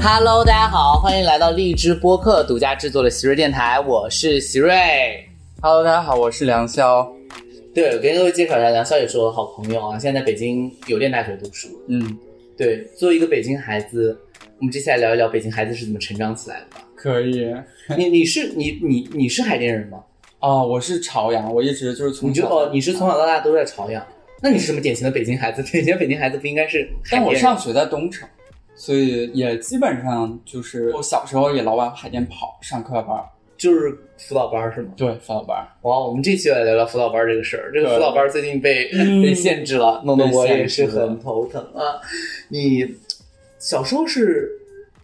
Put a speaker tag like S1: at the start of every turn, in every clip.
S1: Hello，大家好，欢迎来到荔枝播客独家制作的席瑞电台，我是席瑞。
S2: Hello，大家好，我是梁潇。
S1: 对，我跟各位介绍一下，梁潇也是我的好朋友啊，现在在北京邮电大学读书。
S2: 嗯，
S1: 对，作为一个北京孩子，我们接下来聊一聊北京孩子是怎么成长起来的吧。
S2: 可以。
S1: 你你是你你你是海淀人吗？
S2: 哦，我是朝阳，我一直就是从
S1: 你就
S2: 小，
S1: 哦，你是从小到大都在朝阳，那你是什么典型的北京孩子？ 典型的北京孩子不应该是海
S2: 但
S1: 淀
S2: 我
S1: 人？
S2: 上学在东城，所以也基本上就是我小时候也老往海淀跑，上课班儿，
S1: 就是辅导班儿是吗？
S2: 对，辅导班儿。
S1: 哇，我们这期要来聊聊辅导班儿这个事儿。这个辅导班儿最近被、
S2: 嗯
S1: 被限制了，弄得我也是很头疼啊。你小时候是，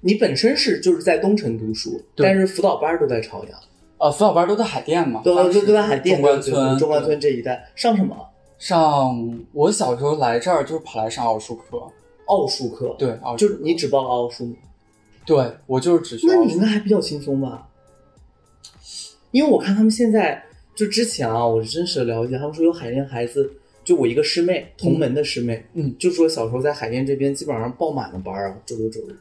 S1: 你本身是就是在东城读书，
S2: 对
S1: 但是辅导班儿都在朝阳，
S2: 呃，辅导班儿都在海淀嘛，
S1: 都
S2: 当时
S1: 都都在海淀、
S2: 中关村，
S1: 中关村这一带上什么
S2: 上。我小时候来这儿就是跑来上奥数课，
S1: 奥数课？，
S2: 对，奥
S1: 就
S2: 数课
S1: 是你只报了奥数吗？
S2: 对我就是只学
S1: 那
S2: 奥
S1: 你
S2: 数
S1: 应该还比较轻松吧？因为我看他们现在就之前啊，我真实的了解，他们说有海淀孩子，就我一个师妹，同门的师妹，
S2: 嗯，
S1: 就说小时候在海淀这边基本上报满了班儿啊，周六周日，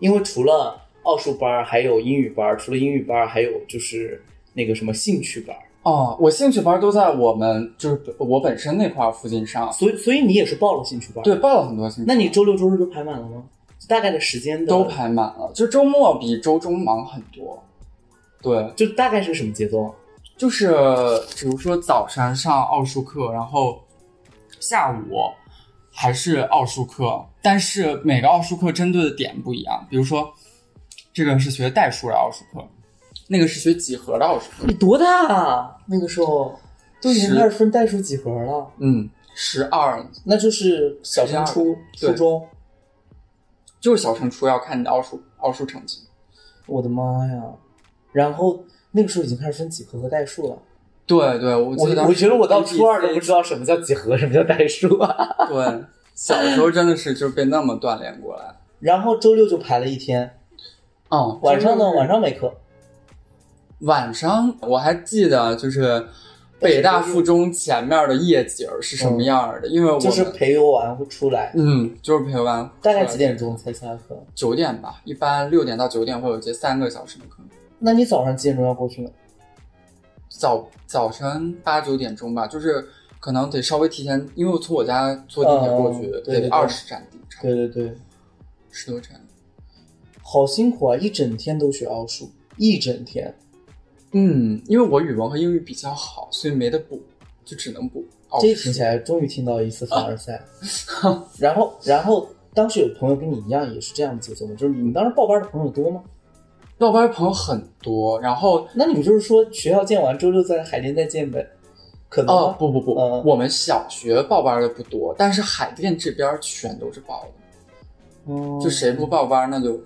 S1: 因为除了奥数班儿，还有英语班儿，除了英语班儿，还有就是那个什么兴趣班儿，
S2: 哦，我兴趣班儿都在我们就是我本身那块儿附近上，
S1: 所以所以你也是报了兴趣班儿，
S2: 对，报了很多兴趣班儿。
S1: 那你周六周日都排满了吗？大概的时间的
S2: 都，排满了，就周末比周中忙很多。对，
S1: 就大概是个什么节奏啊？
S2: 就是比如说早上上奥数课，然后下午还是奥数课，但是每个奥数课针对的点不一样。比如说，这个是学代数的奥数课，那个是学几何的奥数课。
S1: 你多大啊？那个时候都已经
S2: 十
S1: 开始分代数几何了。
S2: 嗯，十二
S1: 那就是小升初、
S2: 对
S1: 初中。
S2: 就是小升初要看你的奥数奥数成绩。
S1: 我的妈呀！然后那个时候已经开始分几何和代数了。
S2: 对对，我
S1: 我
S2: 记得
S1: 我 觉得我到
S2: ABC
S1: 初二都不知道什么叫几何，什么叫代数啊。
S2: 对，小时候真的是就是被那么锻炼过来。
S1: 然后周六就排了一天，
S2: 哦，
S1: 晚上呢
S2: 就是
S1: 晚上没课，
S2: 晚上我还记得，就是北大附中前面的夜景儿是什么样儿的，因为我们
S1: 就是陪游完会出来，
S2: 嗯，就是陪完
S1: 大概几点钟才下课？
S2: 九点吧，一般六点到九点会有这三个小时的课，
S1: 那你早上几点钟要过去呢？
S2: 早早晨八九点钟吧，就是可能得稍微提前，因为我从我家坐地铁过去、
S1: 嗯对对对
S2: 得二十站地，差不多
S1: 对对对，
S2: 十多站。
S1: 好辛苦啊！一整天都学奥数，一整天。
S2: 嗯，因为我语文和英语比较好，所以没得补，就只能补哦奥
S1: 这一
S2: 数
S1: 听起来终于听到一次凡尔 赛。然后，然后当时有朋友跟你一样也是这样的节奏吗？就是你们当时报班的朋友多吗？
S2: 报班朋友很多，然后
S1: 那你们就是说学校建完周六在海淀再建呗？可能
S2: 哦
S1: 吗，
S2: 不不不，
S1: 嗯
S2: 我们小学报班的不多，但是海淀这边全都是报的，
S1: 嗯
S2: 就谁不报班那就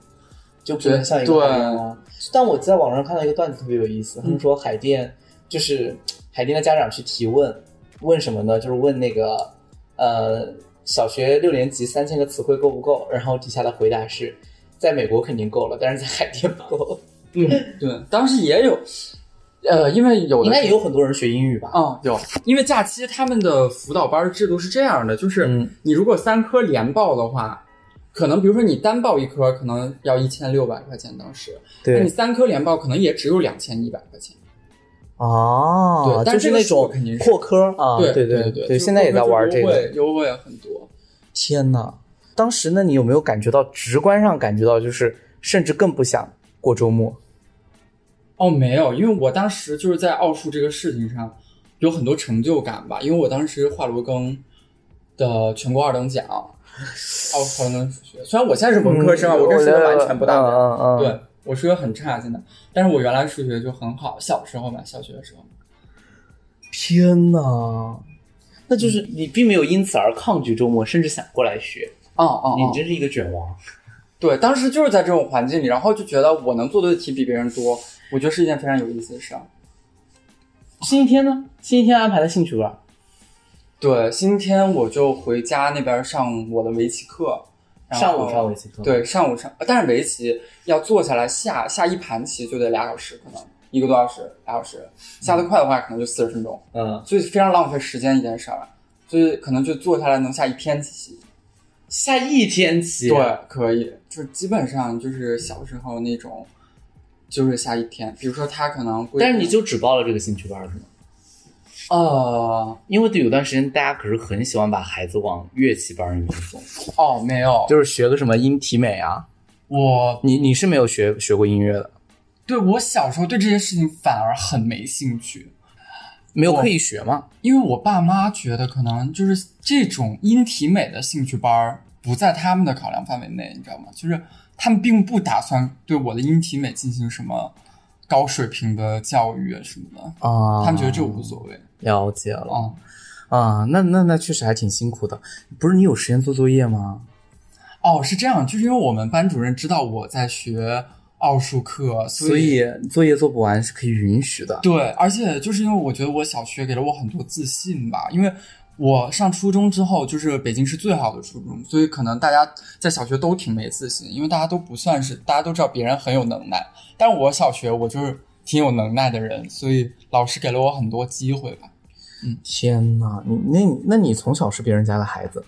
S1: 就不能像一个
S2: 对
S1: 海淀吗？但我在网上看到一个段子特别有意思，他们说海淀就是海淀的家长去提问，问什么呢？就是问那个呃小学六年级三千个词汇够不够？然后底下的回答是。在美国肯定够了，但是在海淀不够。
S2: 嗯对，当时也有，呃，因为有的
S1: 应该也有很多人学英语吧？
S2: 哦有，因为假期他们的辅导班制度是这样的，就是
S1: 嗯
S2: 你如果三科连报的话，可能比如说你单报一科可能要一千六百块钱，当时，那你
S1: 对
S2: 三科连报可能也只有两千一百块钱，
S1: 哦
S2: 对但
S1: 就
S2: 这
S1: 是
S2: 个
S1: 那
S2: 是我
S1: 种
S2: 肯定是
S1: 扩科啊，
S2: 对
S1: 对
S2: 对
S1: 现在也在玩这
S2: 优
S1: 个。
S2: 惠优惠很多。
S1: 天呐，当时呢，你有没有感觉到直观上感觉到，就是甚至更不想过周末？
S2: 哦，没有，因为我当时就是在奥数这个事情上有很多成就感吧，因为我当时华罗庚的全国二等奖，奥数华罗庚数学，虽然我现在是文科生啊，
S1: 嗯
S2: 我跟数学完全不搭
S1: 我
S2: 边，
S1: 嗯嗯嗯
S2: 对我数学很差现在，但是我原来数学就很好，小时候嘛，小学的时候，
S1: 天呐，那就是你并没有因此而抗拒周末，甚至想过来学，
S2: 哦哦
S1: 你真是一个卷王。
S2: 对，当时就是在这种环境里，然后就觉得我能做对的题比别人多，我觉得是一件非常有意思的事儿。
S1: 星期天呢？星期天安排的兴趣班，
S2: 对，今天我就回家那边上我的围棋课，然后
S1: 上午上围棋课，，
S2: 对，上午上，呃但是围棋要坐下来下下一盘棋就得俩小时，可能一个多小时，俩小时。下得快的话，可能就四十分钟，
S1: 嗯，
S2: 所以非常浪费时间一件事儿，就是可能就坐下来能下一天棋。
S3: 下一天起，
S2: 对，可以，就基本上就是小时候那种，就是下一天，比如说他可能会，
S1: 但是你就只报了这个兴趣班是吗？
S2: 呃，
S1: 因为对有段时间大家可是很喜欢把孩子往乐器班里面送，
S2: 哦，没有，
S3: 就是学个什么音体美啊。
S2: 我
S3: 你你是没有学学过音乐的，
S2: 对我小时候对这些事情反而很没兴趣，
S3: 没有
S2: 我
S3: 可以学吗？
S2: 因为我爸妈觉得可能就是这种音体美的兴趣班儿不在他们的考量范围内，你知道吗？就是他们并不打算对我的音体美进行什么高水平的教育什么的，
S3: 啊
S2: 他们觉得这无所谓。
S3: 了解了
S2: 哦、
S3: 啊，那那那确实还挺辛苦的。不是你有时间做作业吗？
S2: 哦，是这样，就是因为我们班主任知道我在学奥数课，
S3: 所以作业做不完是可以允许的。
S2: 对，而且就是因为我觉得我小学给了我很多自信吧，因为我上初中之后就是北京是最好的初中，所以可能大家在小学都挺没自信，因为大家都不算是，大家都知道别人很有能耐，但我小学我就是挺有能耐的人，所以老师给了我很多机会吧。
S3: 天哪，你那你那你从小是别人家的孩子，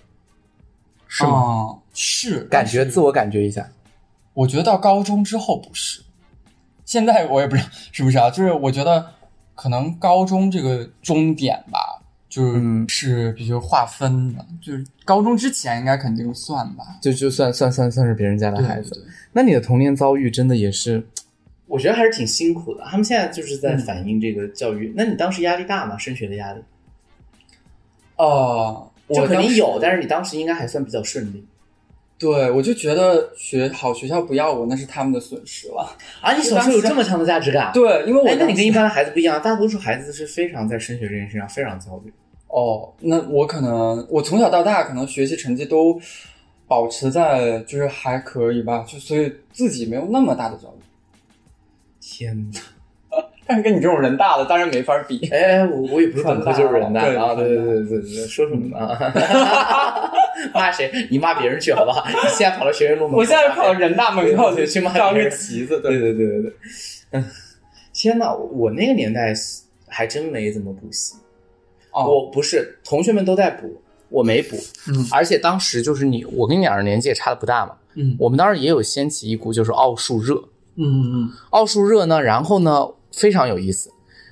S3: 是吗？
S2: 嗯，是
S3: 感觉自
S2: 我，
S3: 我感觉一下，
S2: 我觉得到高中之后不是，现在我也不知道是不是啊，就是我觉得可能高中这个终点吧，就是、
S3: 嗯
S2: 是比较划分的，就是高中之前应该肯定算吧。
S3: 就就算算算算是别人家的
S2: 对
S3: 孩子。
S2: 对对
S3: 那你的童年遭遇真的也是
S1: 我觉得还是挺辛苦的。他们现在就是在反映这个教育。那你当时压力大吗？升学的压力？
S2: 呃，
S1: 就
S2: 我
S1: 肯
S2: 当
S1: 定
S2: 时
S1: 有，但是你当时应该还算比较顺利
S2: 对我就觉得学好学校不要我，那是他们的损失了。
S1: 啊！你小时候有这么强的价值感？
S2: 对，因为我
S1: 哎，那你
S2: 当时
S1: 跟一般的孩子不一样，大多数孩子是非常在升学这件事上非常焦虑。
S2: 哦，那我可能我从小到大可能学习成绩都保持在就是还可以吧，就所以自己没有那么大的焦虑。
S1: 天哪！
S2: 但是跟你这种人大的当然没法 比。
S1: 哎，我我也不是本科就是人大
S2: 传达
S1: 啊！
S2: 对
S1: 对对对对对，说什么呢？ 啊骂谁？你骂别人去好不好？你现在跑到学院路门口，
S2: 我现在跑到人大门口
S1: 对对对去
S2: 去
S1: 骂
S2: 张
S1: 别
S2: 个
S1: 人
S2: 旗子，
S1: 对对
S2: 对，
S1: 对对对，嗯，天呐，我我那个年代还真没怎么补习，
S2: 哦，
S1: 我不是同学们都在补，我没补，
S2: 嗯
S3: 而且当时就是你，我跟你俩人年纪也差的不大嘛。
S2: 嗯
S3: 我们当时也有掀起一股就是奥数热，
S2: 嗯嗯
S3: 奥数热呢，然后呢非常有意思。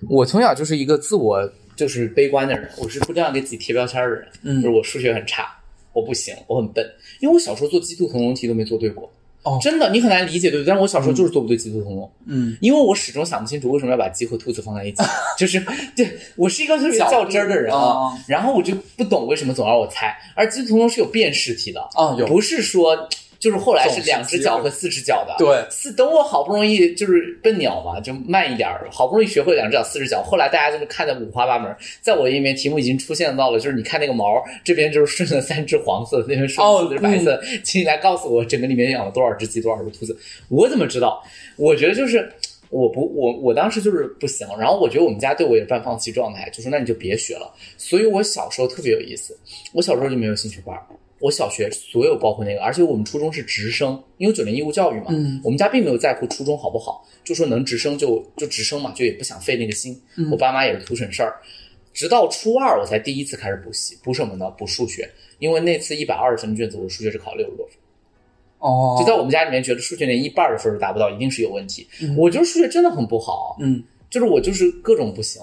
S3: 我从小就是一个自我
S1: 就是悲观的人，我是不这样给自己贴标签的人，
S2: 嗯
S1: 就是我数学很差，我不行，我很笨，因为我小时候做鸡兔同笼题都没做对过。
S2: 哦
S1: 真的，你很难理解，对不对？但是我小时候就是做不对鸡兔同笼，
S2: 嗯，
S1: 因为我始终想不清楚为什么要把鸡和兔子放在一起，就是对我是一个特别较真儿的人啊
S2: 哦哦。
S1: 然后我就不懂为什么总让我猜，而鸡兔同笼是有辨识题的，
S2: 哦有
S1: 不是说就是后来是两只脚
S2: 总是
S1: 和四只脚的，
S2: 对
S1: 四等我好不容易就是笨鸟嘛，就慢一点儿，好不容易学会两只脚四只脚，后来大家就是看的五花八门，在我里面题目已经出现到了，就是你看那个毛这边就是顺了三只黄色的，那边顺
S2: 哦
S1: 了四只白色的，
S2: 嗯
S1: 请你来告诉我整个里面养了多少只鸡多少只兔子，我怎么知道？我觉得就是。我不，我我当时就是不行，然后我觉得我们家对我也半放弃状态，就说那你就别学了。所以我小时候特别有意思，我小时候就没有兴趣班儿，我小学所有包括那个，而且我们初中是直升，因为九年义务教育嘛，
S2: 嗯
S1: 我们家并没有在乎初中好不好，就说能直升就就直升嘛，就也不想费那个心。
S2: 嗯
S1: 我爸妈也是图省事儿，直到初二我才第一次开始补习，补什么呢？补数学，因为那次一百二十分卷子，我数学只考六十多分。
S2: 哦，
S1: 就在我们家里面，觉得数学连一半的分数达不到，一定是有问题。
S2: 嗯
S1: 我觉得数学真的很不好，啊
S2: 嗯
S1: 就是我就是各种不行，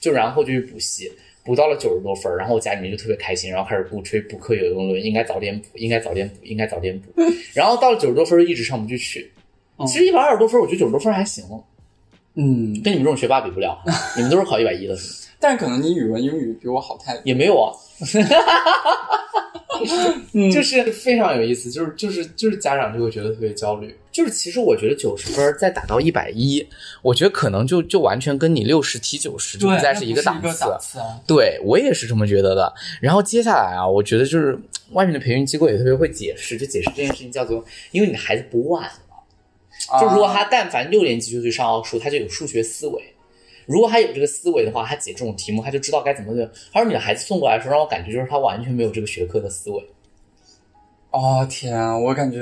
S1: 就然后就去补习，补到了九十多分儿，然后我家里面就特别开心，然后开始鼓吹补课有用论，应该早点补，应该早点补，应该早点补。然后到了九十多分儿一直上不去去，
S2: 嗯
S1: 其实一百二十多分儿，我觉得九十多分儿还行，
S2: 嗯，
S1: 跟你们这种学霸比不 了，你们都是考一百一的，
S2: 但是可能你语文、英语比我好太多。
S1: 也没有啊，
S2: 嗯
S1: 就是非常有意思，就是就是就是家长就会觉得特别焦虑。就是其实我觉得九十分儿再打到一百一，
S3: 我觉得可能就就完全跟你六十踢九十就不
S2: 对，
S3: 再
S2: 那
S3: 是
S2: 不
S3: 一
S2: 一
S3: 个档
S2: 档
S3: 次。
S2: 次啊。
S3: 对我也是这么觉得的。然后接下来啊，我觉得就是外面的培训机构也特别会解
S1: 解释就解释这件事情叫做，因为你的孩子不晚了，
S2: 啊
S1: 就如果他但凡六年级就去上奥数，他就有数学思维。如果他有这个思维的话，他解这种题目他就知道该怎么对。他说你的孩子送过来的时候，让我感觉就是他完全没有这个学科的思维。
S2: 哦天啊，我感觉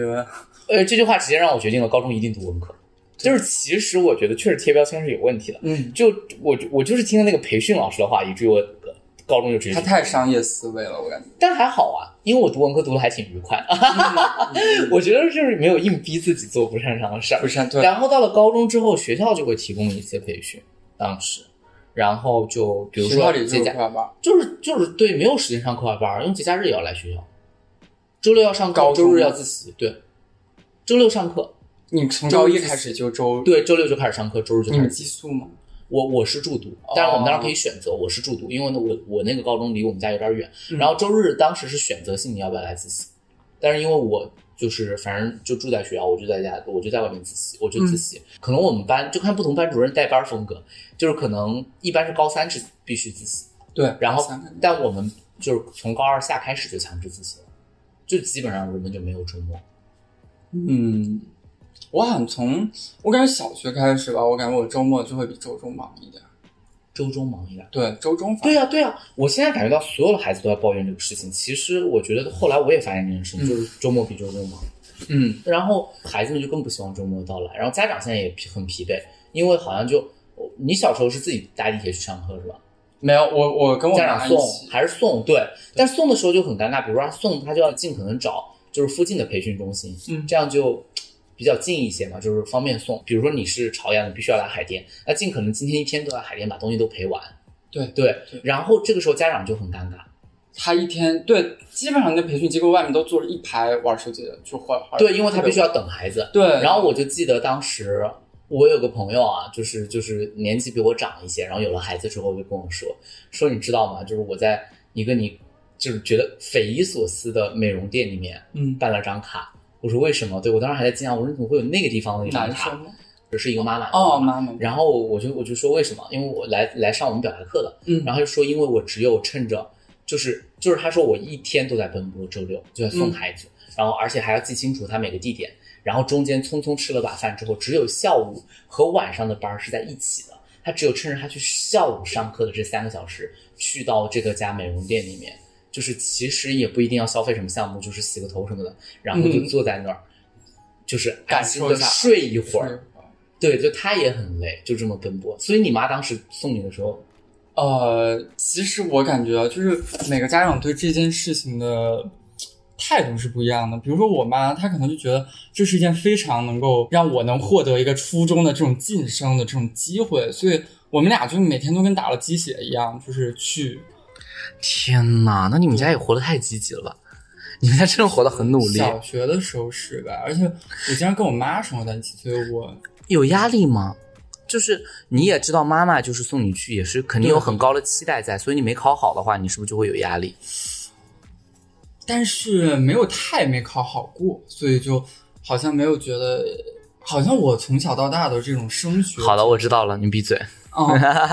S1: 呃，这句话直接让我决定了高中一定读文科。就是其实我觉得确实贴标签是有问题的，
S2: 嗯
S1: 就我我就是听了那个培训老师的话，以至于我呃高中就直接
S2: 他
S1: 去。
S2: 太商业思维了，我 感觉。
S1: 但还好啊，因为我读文科读的还挺愉快，我觉得就是没有硬逼自己做不擅长的事儿
S2: 嗯不。是啊对，
S1: 然后到了高中之后，学校就会提供一些培训，当时，然后就比如
S2: 学校
S1: 说
S2: 里
S1: 节
S2: 就
S1: 假
S2: 有快吧，
S1: 就是就是对，没有时间上课外班儿，因为节假日也要来学校，周六要上课，
S2: 高中
S1: 周日要自习，对，周六上课，
S2: 你从高一开始就周，
S1: 对，周六就开始上课，周日就
S2: 你
S1: 开
S2: 们
S1: 始。
S2: 寄宿吗？
S1: 我我是住读，但是我们当时可
S2: 哦
S1: 以选择，我是住读，因为呢，我我那个高中离我们家有点远，
S2: 嗯
S1: 然后周日当时是选择性你要不要来自习，但是因为我就是反正就住在学校，我就在家，我就在外面自习，我
S2: 嗯
S1: 就自习。可能我们班就看不同班主任带班风格，就是可能一般是高三是必须自习，
S2: 对，
S1: 然后
S2: 三个人
S1: 但我们就是从高二下开始就强制自习了，就基本上我们就没有周末。
S2: 嗯，我好像从我感觉小学开始吧，我感觉我周末就会比周中忙一点。
S1: 周中忙一点。
S2: 对，周中反
S1: 对呀、对呀、我现在感觉到所有的孩子都在抱怨这个事情。其实我觉得后来我也发现这件事情，
S2: 嗯
S1: 就是周末比周中忙。
S2: 嗯，
S1: 然后孩子们就更不希望周末到来，然后家长现在也疲很疲惫，因为好像就你小时候是自己搭地铁去上课是吧？
S2: 没有我我跟我
S1: 家
S2: 妈
S1: 长
S2: 一
S1: 送
S2: 起，
S1: 还是送对，但送的时候就很尴尬，比如说他送他就要尽可能找就是附近的培训中心，
S2: 嗯
S1: 这样就比较近一些嘛，就是方便送。比如说你是朝阳，你必须要来海淀，那尽可能今天一天都在海淀把东西都陪完。
S2: 对
S1: 对
S2: 对，
S1: 然后这个时候家长就很尴尬，
S2: 他一天对，基本上那培训机构外面都坐着一排玩手机的，就画画。
S1: 对，因为他必须要等孩子，
S2: 对，
S1: 然后我就记得当时我有个朋友啊，就是就是年纪比我长一些，然后有了孩子之后就跟我说说你知道吗？就是我在一个你就是觉得匪夷所思的美容店里面
S2: 嗯，
S1: 办了张卡。我说为什么？对我当时还在惊讶，我说你怎么会有那个地方的一张
S2: 男生
S1: 卡？
S2: 吗
S1: 是一个妈妈
S2: 哦，妈妈，
S1: 然后我就我就说为什么？因为我来来上我们表达课的，
S2: 嗯
S1: 然后他就说因为我只有趁着就是就是他说我一天都在奔波，周六就在
S2: 嗯
S1: 送孩子，然后而且还要记清楚他每个地点，然后中间匆匆吃了把饭之后，只有下午和晚上的班儿是在一起的，他只有趁着他去下午上课的这三个小时，去到这个家美容店里面。就是其实也不一定要消费什么项目，就是洗个头什么的，然后就
S2: 嗯
S1: 坐在那儿，就是
S2: 感
S1: 安心
S2: 受
S1: 的
S2: 一下
S1: 睡一会儿，
S2: 是
S1: 对，就他也很累，就这么奔波。所以你妈当时送你的时候，
S2: 呃，其实我感觉啊就是每个家长对这件事情的态度是不一样的。比如说我妈，她可能就觉得这是一件非常能够让我能获得一个初中的这种晋升的这种机会，所以我们俩就每天都跟打了鸡血一样，就是去
S1: 天哪，那你们家也活得太积极了吧？你们家真的活得很努
S2: 小学的时候是吧？而且我经常跟我妈生活在一起，所以我
S1: 有压力吗？就是你也知道，妈妈就是送你去，也是肯定有很高的期待在，所以你没考好的话，你是不是就会有压力？
S2: 但是没有太没考好过，所以就好像没有觉得，好像我从小到大的这种升学
S1: 好的，我哦知道了，你闭嘴。
S2: 啊。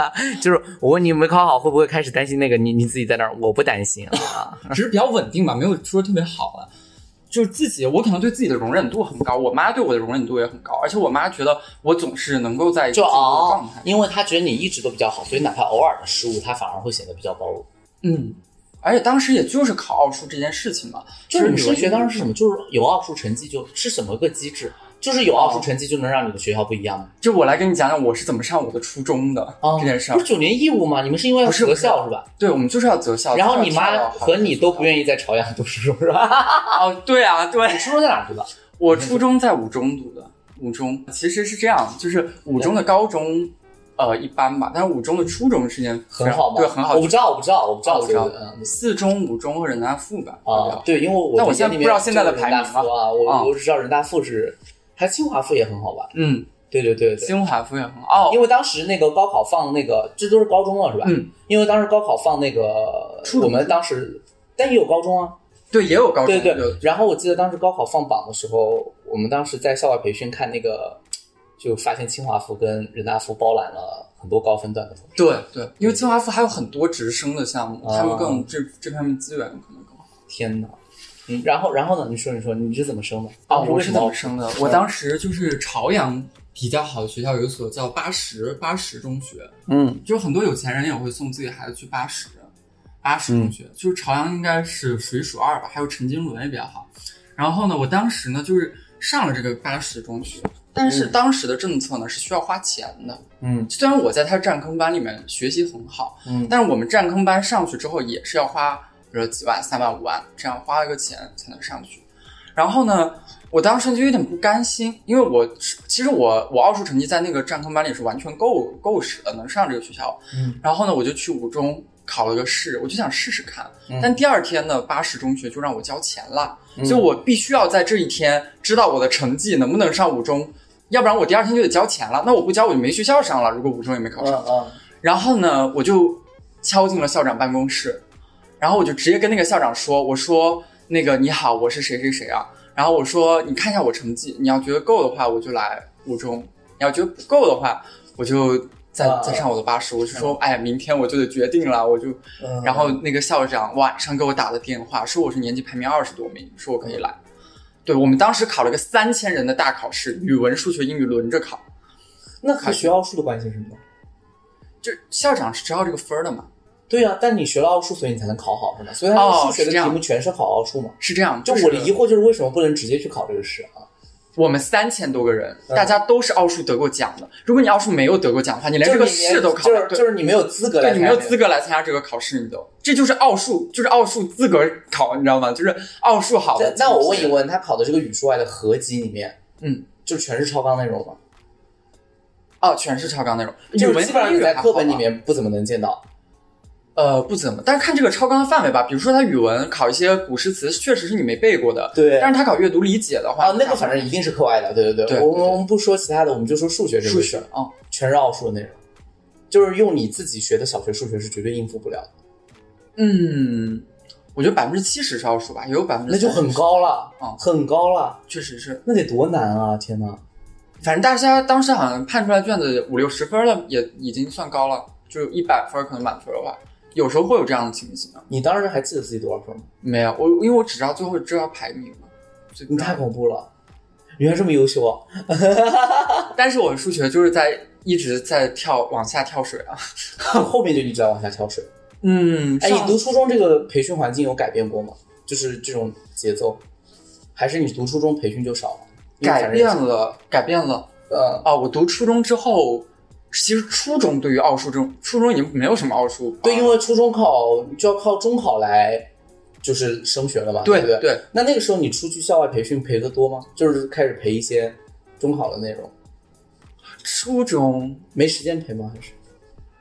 S1: 就是我问你没考好，会不会开始担心那个？你你自己在那儿，我不担心啊。
S2: 只是比较稳定吧，没有说特别好了。就是自己，我可能对自己的容忍度很高，我妈对我的容忍度也很高，而且我妈觉得我总是能够在一 个
S1: 就
S2: 进步的
S1: 熬
S2: 状态，。
S1: 因为她觉得你一直都比较好，所以哪怕偶尔的失误，她反而会显得比较包容。
S2: 嗯，而且当时也就是考奥数这件事情嘛，
S1: 就是你们升
S2: 升
S1: 学当时是什么？就是有奥数成绩就是什么个机制？就是有奥数成绩就能让你的学校不一样吗？
S2: 就我来跟你讲讲我是怎么上我的初中的、这件事
S1: 哦不
S2: 儿
S1: 是。九年义务吗？你们是因为要
S2: 不是哦
S1: 择校是吧？
S2: 对，我们就是要择校。
S1: 然后你妈和你都不
S2: 愿
S1: 愿意在朝阳读书 是 吧？
S2: 哦，对啊，对，
S1: 你初中在哪儿读的？
S2: 我初中在五中读的，五中其实是这样，就是五中的高中，呃，一般吧，但是五中的初中是件非常
S1: 很好吗？
S2: 啊对，很好哦
S1: 我，不知道，我不知道，我不知道，
S2: 我知
S1: 所
S2: 道
S1: 以嗯
S2: 四中、五中和人大附吧。要
S1: 啊
S2: 不要，
S1: 对，因为我
S2: 但我现在不知道现在的排名
S1: 人大附啊，
S2: 啊
S1: 我我只知道人大附是，还有清华附也很好吧？
S2: 嗯，
S1: 对对对对。
S2: 清华附也很好。哦，
S1: 因为当时那个高考放那个，这都是高中了是吧？
S2: 嗯。
S1: 因为当时高考放那个
S2: 初，中
S1: 我们当时，但也有高中啊。
S2: 对，也有高中，
S1: 对对
S2: 有
S1: 对。然后我记得当时高考放榜的时候，我们当时在校外培训看那个，就发现清华附跟人大附包揽了很多高分段的同学。
S2: 对对，因为清华附还有很多直升的项目，
S1: 啊
S2: 他们更这这方面资源可能更好。
S1: 天哪！嗯，然后然后呢？你说你说你是啊怎么升的？
S2: 哦，
S1: 当时
S2: 我
S1: 为
S2: 是
S1: 什
S2: 怎么
S1: 么？
S2: 升的？我当时就是朝阳比较好的学校，有一所叫八十八十中学，
S1: 嗯，
S2: 就是很多有钱人也会送自己孩子去八十，八十中学，就是朝阳应该是数一数二吧，还有陈经纶也比较好。然后呢，我当时呢就是上了这个八十中学，但是当时的政策呢是需要花钱的。
S1: 嗯
S2: 虽然我在他占坑班里面学习很好，
S1: 嗯
S2: 但是我们占坑班上去之后也是要花，比如说几万、三万、五万这样花了个钱才能上去。然后呢，我当时就有点不甘心，因为我是其实我我奥数成绩在那个占坑班里是完全够够使的，能上这个学校。
S1: 嗯
S2: 然后呢，我就去五中考了个试，我就想试试看
S1: 嗯。
S2: 但第二天呢，八十中学就让我交钱了，
S1: 嗯
S2: 所以我必须要在这一天知道我的成绩能不能上五中，要不然我第二天就得交钱了。那我不交我就没学校上了，如果五中也没考上。
S1: 嗯
S2: 然后呢，我就敲进了校长办公室，然后我就直接跟那个校长说：“我说那个你好，我是谁谁谁啊。”然后我说：“你看一下我成绩，你要觉得够的话，我就来五中；你要觉得不够的话，我就再
S1: 啊
S2: 再上我的八十。”我就说：“哎，明天我就得决定了，我就。”
S1: 嗯，
S2: 然后那个校长晚上给我打了电话，说我是年级排名二十多名，说我可以来。
S1: 嗯
S2: 对我们当时考了个三千人的大考试，语文、数学、英语轮着考。
S1: 那和学奥数的关系是什么？
S2: 就校长是知道这个分儿的嘛？
S1: 对呀、但你学了奥数，所以你才能考好，是吗？所以他那个
S2: 哦
S1: 数学的
S2: 是这
S1: 题
S2: 样
S1: 目全是考奥数嘛。
S2: 是这样，
S1: 就是我的疑惑就是为什么不能直接去考这个试啊？
S2: 我们三千多个人，
S1: 嗯
S2: 大家都是奥数得过奖的。如果你奥数没有得过奖的话，你连这个
S1: 就是你
S2: 试都考不
S1: 就
S2: 了
S1: 是就是你没有资格
S2: 对，
S1: 来，
S2: 对你没有资。格来参加这个考试，你都这就是奥数，就是奥数资格考，你知道吗？就是奥数好
S1: 那
S2: 的。
S1: 那我问一，问，他考的这个语数外的合集里面，
S2: 嗯，
S1: 就全是超纲内容吗？
S2: 哦，全是超纲内容，语
S1: 就是
S2: 文
S1: 基本上你在课本里
S2: 面。
S1: 面不怎么能见到。
S2: 呃，不怎么，但是看这个超纲的范围吧。比如说，它语文考一些古诗词，确实是你没背过的。
S1: 对
S2: 但是它考阅读理解的话，
S1: 啊，那个反正一定是课外的，对对
S2: 对
S1: 我们我们不说其他的，我们就说数学这个
S2: 数
S1: 事
S2: 学
S1: 儿
S2: 啊，
S1: 全是奥数的内容，就是用你自己学的小学数学是绝对应付不了的，
S2: 嗯，我觉得百分之七十是奥数吧，也有百分之
S1: 那就很高了，
S2: 啊
S1: 很高了，
S2: 确实是。
S1: 嗯那得多难啊！天哪，
S2: 反正大家当时好像判出来卷子五六十分了，也已经算高了，就一百分可能满分的话，有时候会有这样的情形啊。
S1: 你当时还记得自己多少分吗？
S2: 没有，我因为我只知道最后知道排名嘛，所以不
S1: 你
S2: 知道
S1: 太恐怖了，原来这么优秀啊！
S2: 但是我数学就是在一直在跳往下跳水啊。
S1: 后面就一直在往下跳水。
S2: 嗯，
S1: 哎，
S2: 上
S1: 你读初中这个培训环境有改变过吗？就是这种节奏，还是你读初中培训就少了？因为
S2: 改
S1: 反正也
S2: 变
S1: 是，
S2: 了，改变了。
S1: 呃，
S2: 啊，我读初中之后，其实初中对于奥数这种，初中已经没有什么奥数。啊
S1: 对，因
S2: 为
S1: 为初中考就要靠中考来，就是升学了嘛，
S2: 对
S1: 不对？
S2: 对，
S1: 那那个时候你出去校外培训培的多吗？就是开始培一些中考的内容，
S2: 初中
S1: 没时间培吗？还是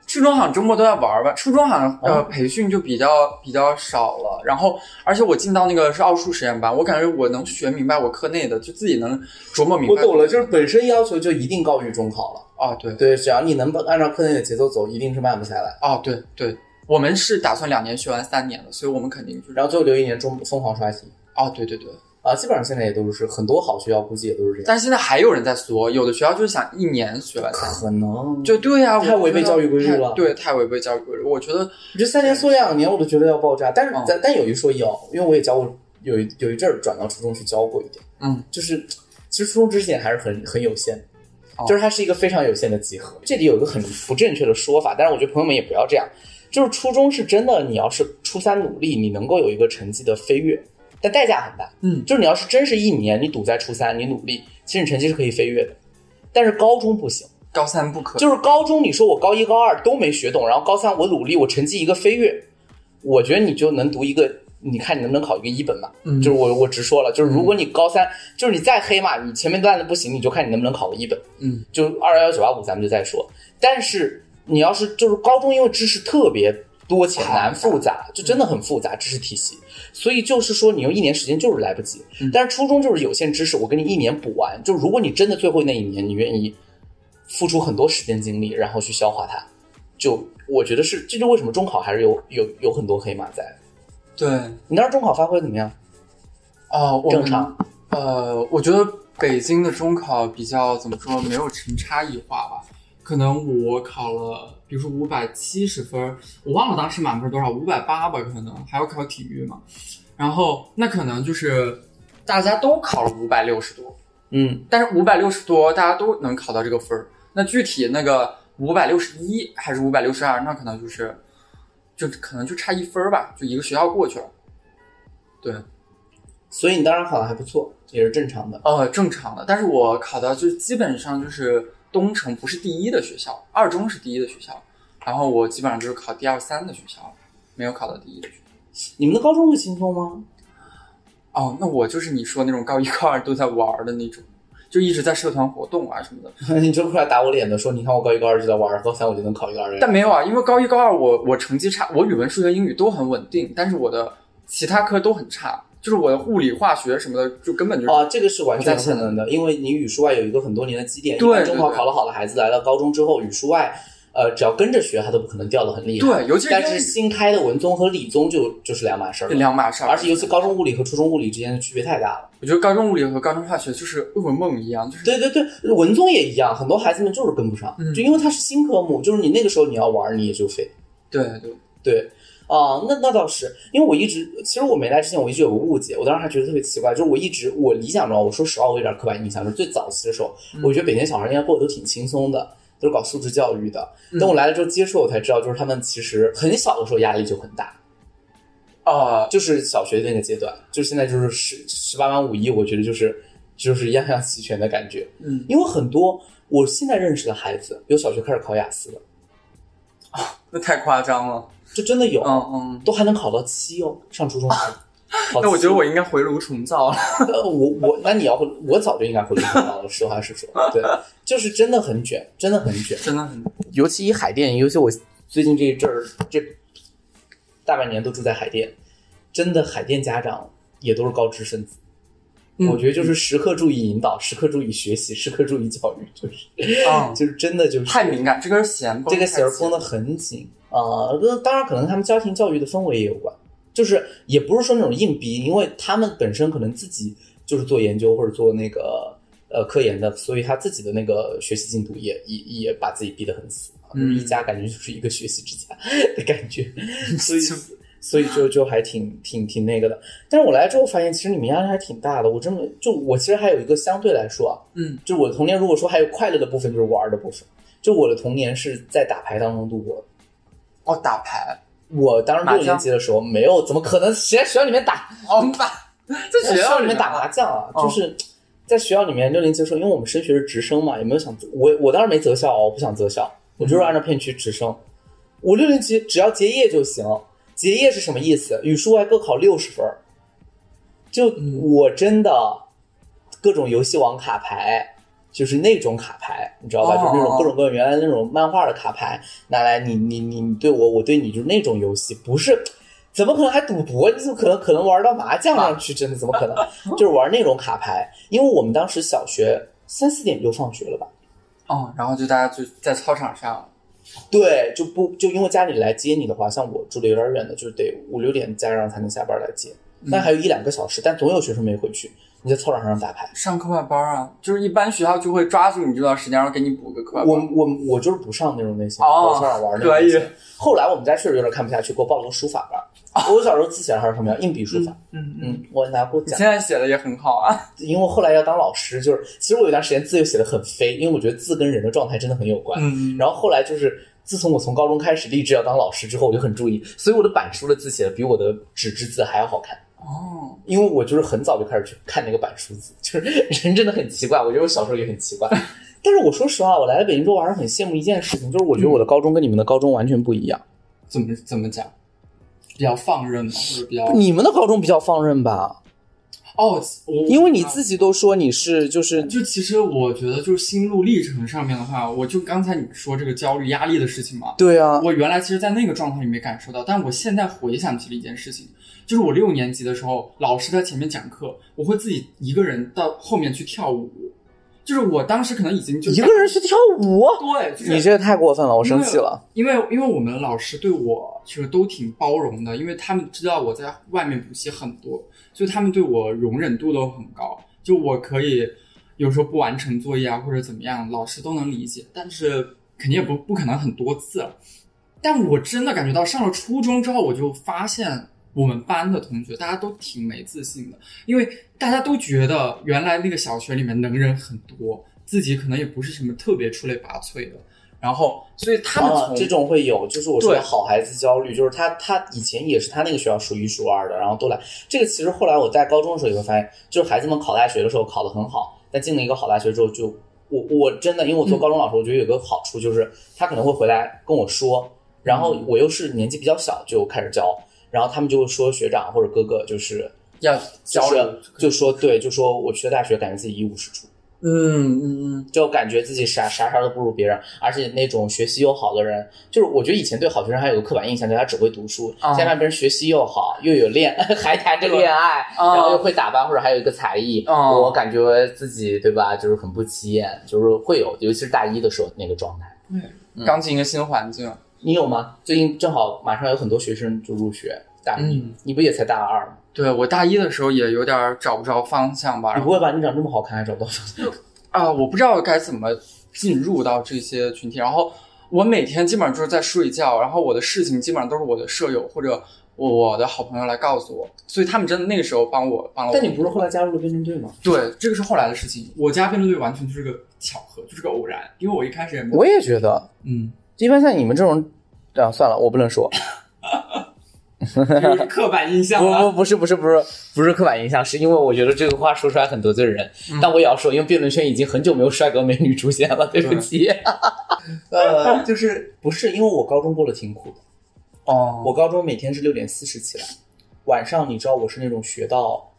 S2: 初中好像周末都在玩儿吧，初中好像呃、
S1: 哦
S2: 培训就比较比较少了。然后，而且我进到那个是奥数实验班，我感觉我能学明白我课内的，就自己能琢磨明白。
S1: 是本身要求就一定高于中考了。
S2: 哦，对，
S1: 对，只要你能按照课内的节奏走，一定是慢不下来。
S2: 哦，对对，我们是打算两年学完三年的，所以我们肯定就是
S1: 然后最后留一年中疯狂刷题
S2: 哦，对对对。
S1: 啊，基本上现在也都是很多好学校估计也都是这样。
S2: 但是现在还有人在缩，有的学校就是想一年学完三年。
S1: 可能
S2: 就对呀、我
S1: 太违背
S2: 觉得
S1: 教育规律
S2: 太
S1: 了
S2: 对，太违背教育规律。我觉得
S1: 这三年缩两年，我都觉得要爆炸。但是
S2: 嗯
S1: 咱、但有一说一哦，因为我也教过，有一有一阵儿转到初中去教过一点，
S2: 嗯，
S1: 就是其实初中知识点还是很很有限的
S2: 哦
S1: 就是它是一个非常有限的集合。这里有一个很不正确的说法，但是我觉得朋友们也不要这样。就是初中是真的，你要是初三努力，你能够有一个成绩的飞跃，但代价很大。
S2: 嗯
S1: 就是你要是真是一年你赌在初三，你努力，其实你成绩是可以飞跃的，但是高中不行。
S2: 高三不可
S1: 就是高中你说我高一高二都没学懂，然后高三我努力，我成绩一个飞跃，我觉得你就能读一个，你看你能不能考一个一本吧。
S2: 嗯
S1: 就是我我直说了，就是如果你高三，就是你再黑嘛，你前面烂的不行，你就看你能不能考个一本。
S2: 嗯，
S1: 就二幺幺九八五咱们就再说。但是你要是就是高中，因为知识特别多且难复杂，就真的很复杂知识体系，所以就是说你用一年时间就是来不及。但是初中就是有限知识，我给你一年补完。就如果你真的最后那一年你愿意付出很多时间精力，然后去消化它，就我觉得是这就为什么中考还是有有有很多黑马在。
S2: 对
S1: 你当时中考发挥得怎么样？
S2: 哦，我
S1: 正
S2: 们
S1: 常
S2: 呃，我觉得北京的中考比较怎么说，没有成差异化吧。可能我考了，比如说五百七十分儿，我忘了当时满分多少，五百八吧，可能还要考体育嘛。然后那可能就是大家都考了五百六十多，
S1: 嗯，
S2: 但是五百六十多大家都能考到这个分儿。那具体那个五百六十一还是五百六十二，那可能就是就可能就差一分儿吧，就一个学校过去了。对，
S1: 所以你当然考的还不错，也是正常的。
S2: 呃，正常的。但是我考的就基本上就是东城不是第一的学校，二中是第一的学校，然后我基本上就是考第二三的学校，没有考到第一的学校。
S1: 你们的高中会轻松吗？
S2: 哦，那我就是你说那种高一高二都在玩儿的那种，就一直在社团活动啊什么 的。
S1: 你这么快打我脸的说，你看我高一高二就在玩儿，高三我就能考一个二类。
S2: 但没有啊，因为高一高二我我成绩差，我语文、数学、英语都很稳定，但是我的其他科都很差，就是我的物理、化学什么的就根本就
S1: 啊，这个是完全可能的，因为你语数外有一个很多年的积淀。
S2: 对
S1: 一般中考
S2: 对对
S1: 考得好的孩子来到高中之后，语数外，呃，只要跟着学，他都不可能掉得很厉害。
S2: 对，尤其
S1: 但是
S2: 是
S1: 新开的文综和理综就就是两码事儿
S2: 英语
S1: 了，
S2: 两码事儿，
S1: 而且尤其高中物理和初中物理之间的区别太大了。
S2: 我觉得高中物理和高中化学就是噩梦一样，就是
S1: 对对对，文综也一样，很多孩子们就是跟不上，
S2: 嗯
S1: 就因为它是新科目，就是你那个时候你要玩儿，你也就废。
S2: 对对，
S1: 对啊、那那倒是，因为我一直其实我没来之前我一直有个误解，我当时还觉得特别奇怪，就是我一直我理想中啊，我说实话我有点刻板印象，就是最早期的时候，
S2: 嗯
S1: 我觉得北京小孩应该过得都挺轻松的。都是搞素质教育的。
S2: 嗯
S1: 等我来了之后接触，我才知道，就是他们其实很小的时候压力就很大，
S2: 啊、
S1: 就是小学那个阶段，就是现在就是十十八般武艺，我觉得就是就是样样齐全的感觉。
S2: 嗯，
S1: 因为很多我现在认识的孩子，有小学开始考雅思的，
S2: 那太夸张了，
S1: 就真的有，
S2: 嗯嗯。
S1: 都还能考到七哦，上初中的孩子。考
S2: 那我
S1: 七
S2: 觉得我应该回炉重造了，
S1: 呃，我我那你要会，我早就应该回去看到了。实话实说，对，就是真的很卷，真的很卷。
S2: 真的很
S1: 尤其以海淀，尤其我最近这一阵儿，这大半年都住在海淀，真的海淀家长也都是高知分子。
S2: 嗯
S1: 我觉得就是时刻注意引导，时刻注意学习，时刻注意教育，就是
S2: 啊、
S1: 就是真的就是
S2: 太敏感，这根弦绷
S1: 这个弦
S2: 弦
S1: 儿绷得很紧啊。那、当然，可能他们家庭教育的氛围也有关，就是也不是说那种硬逼，因为他们本身可能自己就是做研究或者做那个呃科研的，所以他自己的那个学习进度也也也把自己逼得很死，就是一家感觉就是一个学习之家的感觉，所以。所以就就还挺挺挺那个的，但是我来之后发现，其实你们压力还挺大的。我真的就我其实还有一个相对来说啊，
S2: 嗯，
S1: 就我的童年，如果说还有快乐的部分，就是玩儿的部分。就我的童年是在打牌当中度过的。
S2: 哦，打牌
S1: 我当时
S2: 麻
S1: 六
S2: 将
S1: 年级的时候没有，怎么可能谁在学校里面打？
S2: 哦，打 在
S1: 在
S2: 学
S1: 学
S2: 校
S1: 校里面打
S2: 啊
S1: 麻将啊，
S2: 哦
S1: 就是在学校里面六年级的时候，因为我们升学是直升嘛，也没有想我我当时没择校哦，我不想择校，我
S2: 嗯
S1: 就是按照片区直升。我六年级只要结业就行，结业是什么意思？语数外各考六十分儿，就
S2: 嗯
S1: 我真的各种游戏王卡牌。就是那种卡牌，你知道吧？
S2: 哦
S1: 就是那种各种各样原来那种漫画的卡牌，拿来你你你你对我，我对你，就是那种游戏，不是怎么可能还赌博？你怎么可能可能玩到麻将上去？真的怎么可能？ 就是玩那种卡牌，因为我们当时小学三四点就放学了吧？
S2: 哦，然后就大家就在操场上，
S1: 对，就不就因为家里来接你的话，像我住的有点远的，就是得五六点家长才能下班来接，
S2: 嗯
S1: 那还有一两个小时，但总有学生没回去，你在操场上打牌。
S2: 上课外班儿啊，就是一般学校就会抓住你这段时间，然后给你补个课外班
S1: 我
S2: 儿。
S1: 我我就是不上那种类型，
S2: 哦
S1: 我操场玩那种类
S2: 可以
S1: 型。后来我们家确实有点看不下去，给我报了个书法班儿。我小时候字写的还是什么样，硬笔书法。
S2: 嗯嗯，
S1: 嗯，我拿过
S2: 你
S1: 奖。
S2: 现在写的也很好啊。
S1: 因为我后来要当老师，就是其实我有段时间字就写的很飞，因为我觉得字跟人的状态真的很有关。
S2: 嗯
S1: 然后后来就是，自从我从高中开始立志要当老师之后，我就很注意，所以我的板书的字写的比我的纸质字还要好看。
S2: 哦，
S1: 因为我就是很早就开始去看那个板书字，就是 人真的很奇怪。我觉得我小时候也很奇怪，但是我说实话，我来了北京之后，我还是很羡慕一件事情，就是我觉得我的高中跟你们的高中完全不一样。
S2: 怎么怎么讲？比较放任嘛，或者比较
S1: 你们的高中比较放任吧，
S2: 哦，我
S1: 因为你自己都说你是就是
S2: 就其实我觉得就是心路历程上面的话，我就刚才你说这个焦虑压力的事情嘛，
S1: 对啊，
S2: 我原来其实，在那个状态里没感受到，但我现在回想起了一件事情，就是我六年级的时候，老师在前面讲课，我会自己一个人到后面去跳舞，就是我当时可能已经就
S1: 一个人去跳舞，啊
S2: 对，哎就是
S1: 你这个太过分了，我生气了。
S2: 因为因为我们老师对我其实都挺包容的，因为他们知道我在外面补习很多，所以他们对我容忍度都很高。就我可以有时候不完成作业啊，或者怎么样，老师都能理解，但是肯定也不不可能很多次了。但我真的感觉到上了初中之后，我就发现我们班的同学大家都挺没自信的，因为大家都觉得原来那个小学里面能人很多，自己可能也不是什么特别出类拔萃的。然后所以他们
S1: 啊
S2: 从，
S1: 这种会有，就是我说
S2: 对
S1: 的好孩子焦虑，就是他他以前也是他那个学校数一数二的，然后都来。这个其实后来我在高中的时候也会发现，就是孩子们考大学的时候考得很好，但进了一个好大学之后就，我我真的因为我做
S2: 嗯
S1: 高中老师，我觉得有个好处就是他可能会回来跟我说，然后我又是年纪比较小就开始教，然后他们就会说学长或者哥哥就是
S2: 要
S1: 就
S2: 教人
S1: 是就说对，就说我去了大学感觉自己一无是处。
S2: 嗯嗯嗯，
S1: 就感觉自己啥啥啥都不如别人，而且那种学习又好的人，就是我觉得以前对好学生还有个刻板印象，就是他只会读书，
S2: 啊
S1: 现在别人学习又好，又有恋 还谈着哦恋爱，哦
S2: 啊
S1: 然后又会打扮或者还有一个才艺，
S2: 啊
S1: 我感觉自己对吧，就是很不起眼，就是会有，尤其是大一的时候那个状态。
S2: 刚进一个新环境，
S1: 你有吗？最近正好马上有很多学生就入学大一，
S2: 嗯
S1: 你不也才大二吗？
S2: 对我大一的时候也有点儿找不着方向吧，
S1: 你
S2: 然后
S1: 不会吧？你长这么好看还找不到方向？
S2: 啊、我不知道该怎么进入到这些群体。然后我每天基本上就是在睡觉，然后我的事情基本上都是我的舍友或者我的好朋友来告诉我，所以他们真的那个时候帮我帮了 我。
S1: 但你不是后来加入了辩证队吗？
S2: 对，这个是后来的事情。我加辩论队完全就是个巧合，就是个偶然，因为我一开始也没有，
S1: 也觉得，
S2: 嗯，
S1: 一般像你们这种，啊，算了，我不能说。
S2: 就是刻板印 象啊
S1: 不
S2: 了。
S1: 不不是不是不是不是刻板印象，是因为我觉得这个话说出来很得罪人，
S2: 嗯
S1: 但我也要说，因为辩论圈已经很久没有帅哥美女出现了，对不起。呃，就是不是因为我高中过得挺苦的，
S2: 哦，
S1: 我高中每天是六点四十起来，晚上你知道我是那种学到，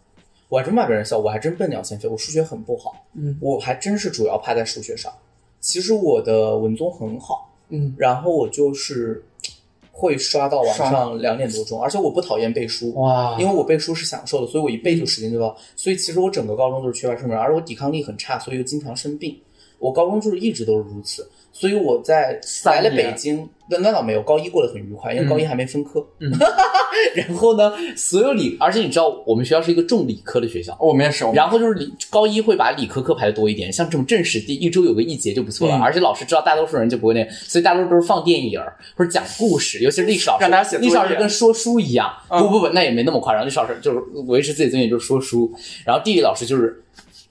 S1: 我还真怕别人笑，我还真笨鸟先飞，我数学很不好，
S2: 嗯
S1: 我还真是主要趴在数学上。其实我的文综很好，
S2: 嗯，
S1: 然后我就是会刷到晚
S2: 刷
S1: 上两点多钟，而且我不讨厌背书，
S2: 哇
S1: 因为我背书是享受的，所以我一背
S2: 嗯
S1: 就时间就到。所以其实我整个高中都是缺乏睡眠，而我抵抗力很差，所以又经常生病。我高中就是一直都是如此，所以我在来
S2: 三
S1: 了
S2: 年
S1: 北京，那那倒没有，高一过得很愉快，因为高一还没分科。
S2: 嗯
S1: 然后呢，所有理，而且你知道，我们学校是一个重理科的学校，
S2: 哦我们也是，我们
S1: 然后就是理高一会把理科课排的多一点，像这种政史地一周有个一节就不错了，
S2: 嗯
S1: 而且老师知道大多数人就不会那，所以大多数都是放电影儿或者讲故事，尤其是历史老师，
S2: 让大家写作
S1: 历
S2: 业
S1: 史老师跟说书一样，
S2: 嗯
S1: 不不不，那也没那么夸张，历史老师就是维持自己尊严就是说书，然后地理老师就是。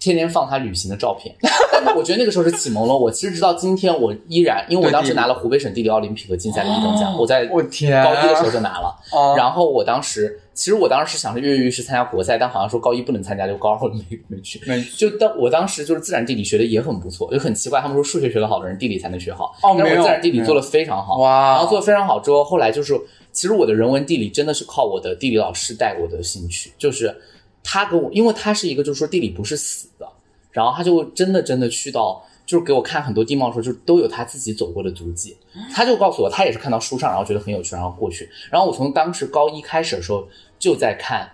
S1: 天天放他旅行的照片， 但是我觉得那个时候是启蒙了我。其实直到今天，我依然因为我
S2: 对
S1: 当时
S2: 地理
S1: 拿了湖北省地理奥林匹克竞赛的一等奖，
S2: 哦
S1: 我在
S2: 我天
S1: 高一的时候就拿了。
S2: 啊，
S1: 然后我当时，其实我当时想是跃跃欲试参加国赛，但好像说高一不能参加，就高二我没没去。
S2: 没
S1: 就当我当时就是自然地理学的也很不错，就很奇怪，他们说数学学得好的人地理才能学好，
S2: 哦
S1: 但
S2: 没
S1: 是
S2: 有
S1: 我自然地理做得非常好，
S2: 哇
S1: 然后做得非常好之后，后来就是其实我的人文地理真的是靠我的地理老师带给我的兴趣，就是他给我，因为他是一个就是说地理不是死的，然后他就真的真的去到。就是给我看很多地貌的时候，就都有他自己走过的足迹。他就告诉我，他也是看到书上，然后觉得很有趣，然后过去。然后我从当时高一开始的时候就在看，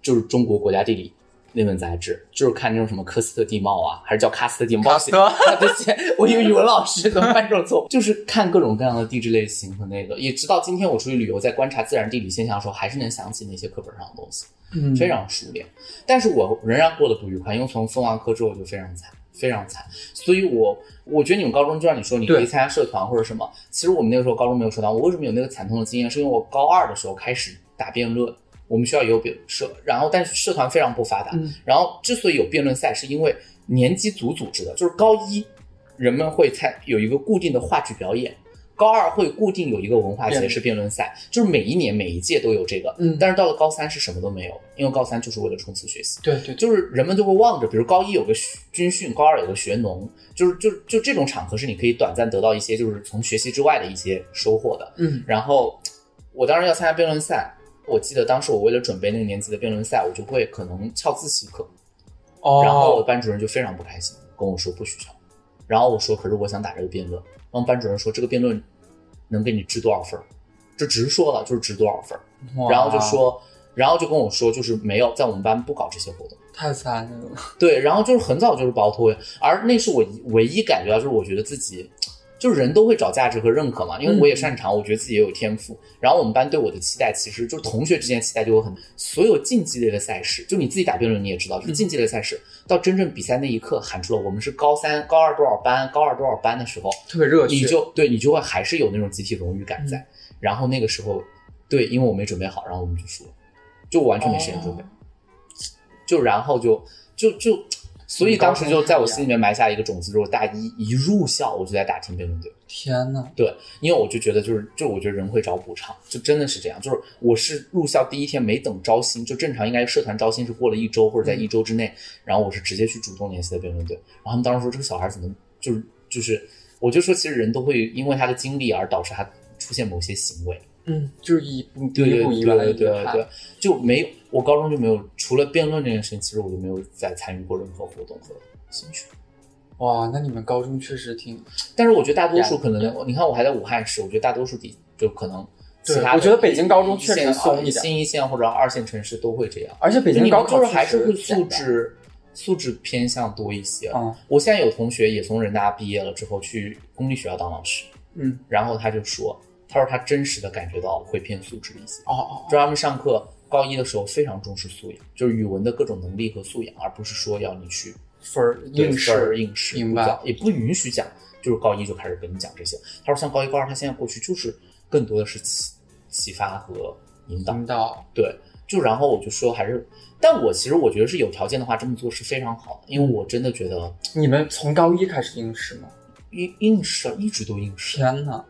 S1: 就是中国国家地理那本杂志，就是看那种什么科斯特地貌啊，还是叫喀斯特地貌？
S2: 卡斯特
S1: 对不起，我一个语文老师怎么犯这种错误？ 就是看各种各样的地质类型和那个，也直到今天我出去旅游，在观察自然地理现象的时候，还是能想起那些课本上的东西，
S2: 嗯
S1: 非常熟练。但是我仍然过得不愉快，因为从分完科之后我就非常惨。非常惨，所以我我觉得你们高中就像你说，你可以
S2: 对
S1: 参加社团或者什么。其实我们那个时候高中没有社团，我为什么有那个惨痛的经验？是因为我高二的时候开始打辩论，我们学校也有辩社，然后但是社团非常不发达，
S2: 嗯
S1: 然后之所以有辩论赛，是因为年级组组织的，就是高一人们会参有一个固定的话剧表演，高二会固定有一个文化节
S2: 辩
S1: 是辩论赛，就是每一年每一届都有这个。
S2: 嗯
S1: 但是到了高三是什么都没有，因为高三就是为了冲刺学习。
S2: 对对对，
S1: 就是人们就会望着，比如高一有个学军训，高二有个学农，就是就就这种场合是你可以短暂得到一些就是从学习之外的一些收获的。
S2: 嗯
S1: 然后我当时要参加辩论赛，我记得当时我为了准备那个年级的辩论赛，我就会可能翘自习课，
S2: 哦，
S1: 然后我班主任就非常不开心，跟我说不许翘。然后我说，可是我想打这个辩论。然后班主任说，这个辩论能给你值多少分儿？就直说了，就是值多少分儿。
S2: 哦哇
S1: 然后就说，然后就跟我说，就是没有在我们班不搞这些活动。
S2: 太残忍了，
S1: 对，然后就是很早就是包脱，而那是我唯一感觉到，就是我觉得自己，就是人都会找价值和认可嘛，因为我也擅长，我觉得自己也有天赋。然后我们班对我的期待，其实就是同学之间期待就会很，所有竞技类的赛事，就你自己打辩论你也知道，就是竞技类赛事，到真正比赛那一刻喊出了我们是高三、高二多少班、高二多少班的时候，
S2: 特别热血，
S1: 你就对你就会还是有那种集体荣誉感在。然后那个时候，对，因为我没准备好，然后我们就输了，就完全没时间准备，就然后就就就，所以当时就在我心里面埋下一个种子，就是我大一一入校我就在打听辩论队，
S2: 天呐，
S1: 对，因为我就觉得就是就我觉得人会找补偿，就真的是这样。就是我是入校第一天没等招新，就正常应该社团招新是过了一周或者在一周之内，然后我是直接去主动联系的辩论队，然后他们当时说这个小孩怎么就是就是，我就说其实人都会因为他的经历而导致他出现某些行为。
S2: 嗯，就是一步
S1: 对
S2: 一
S1: 对
S2: 步
S1: 对
S2: 一个
S1: 对对
S2: 一个
S1: 对
S2: 看
S1: 对，，就没有我高中就没有除了辩论这件事情，其实我就没有再参与过任何活动和兴趣。
S2: 哇，那你们高中确实挺，
S1: 但是我觉得大多数可能，你看我还在武汉市，我觉得大多数地就可能其他的
S2: 我觉得北京高中
S1: 一
S2: 确实
S1: 线
S2: 松一点
S1: 新一线或者二线城市都会这样。
S2: 而且北
S1: 就
S2: 京
S1: 你
S2: 高
S1: 们
S2: 考
S1: 就是还是会
S2: 确实
S1: 素
S2: 简单，
S1: 质素质偏向多一些。
S2: 嗯
S1: 我现在有同学也从人大毕业了之后去公立学校当老师，
S2: 嗯，
S1: 然后他就说，他说他真实的感觉到会偏素质一些。
S2: 哦哦，
S1: 就他们上课高一的时候非常重视素养，就是语文的各种能力和素养，而不是说要你去
S2: 分儿
S1: 对
S2: 应
S1: 分儿
S2: 试，
S1: 应试，
S2: 明
S1: 不
S2: 白
S1: 讲也不允许讲，就是高一就开始跟你讲这些。他说像高一高二，他现在过去就是更多的是启启发和引导，
S2: 引导，
S1: 对，就然后我就说还是，但我其实我觉得是有条件的话这么做是非常好的，因为我真的觉得
S2: 你们从高一开始应试吗？
S1: 应应试啊，一直都应试啊，
S2: 天呐，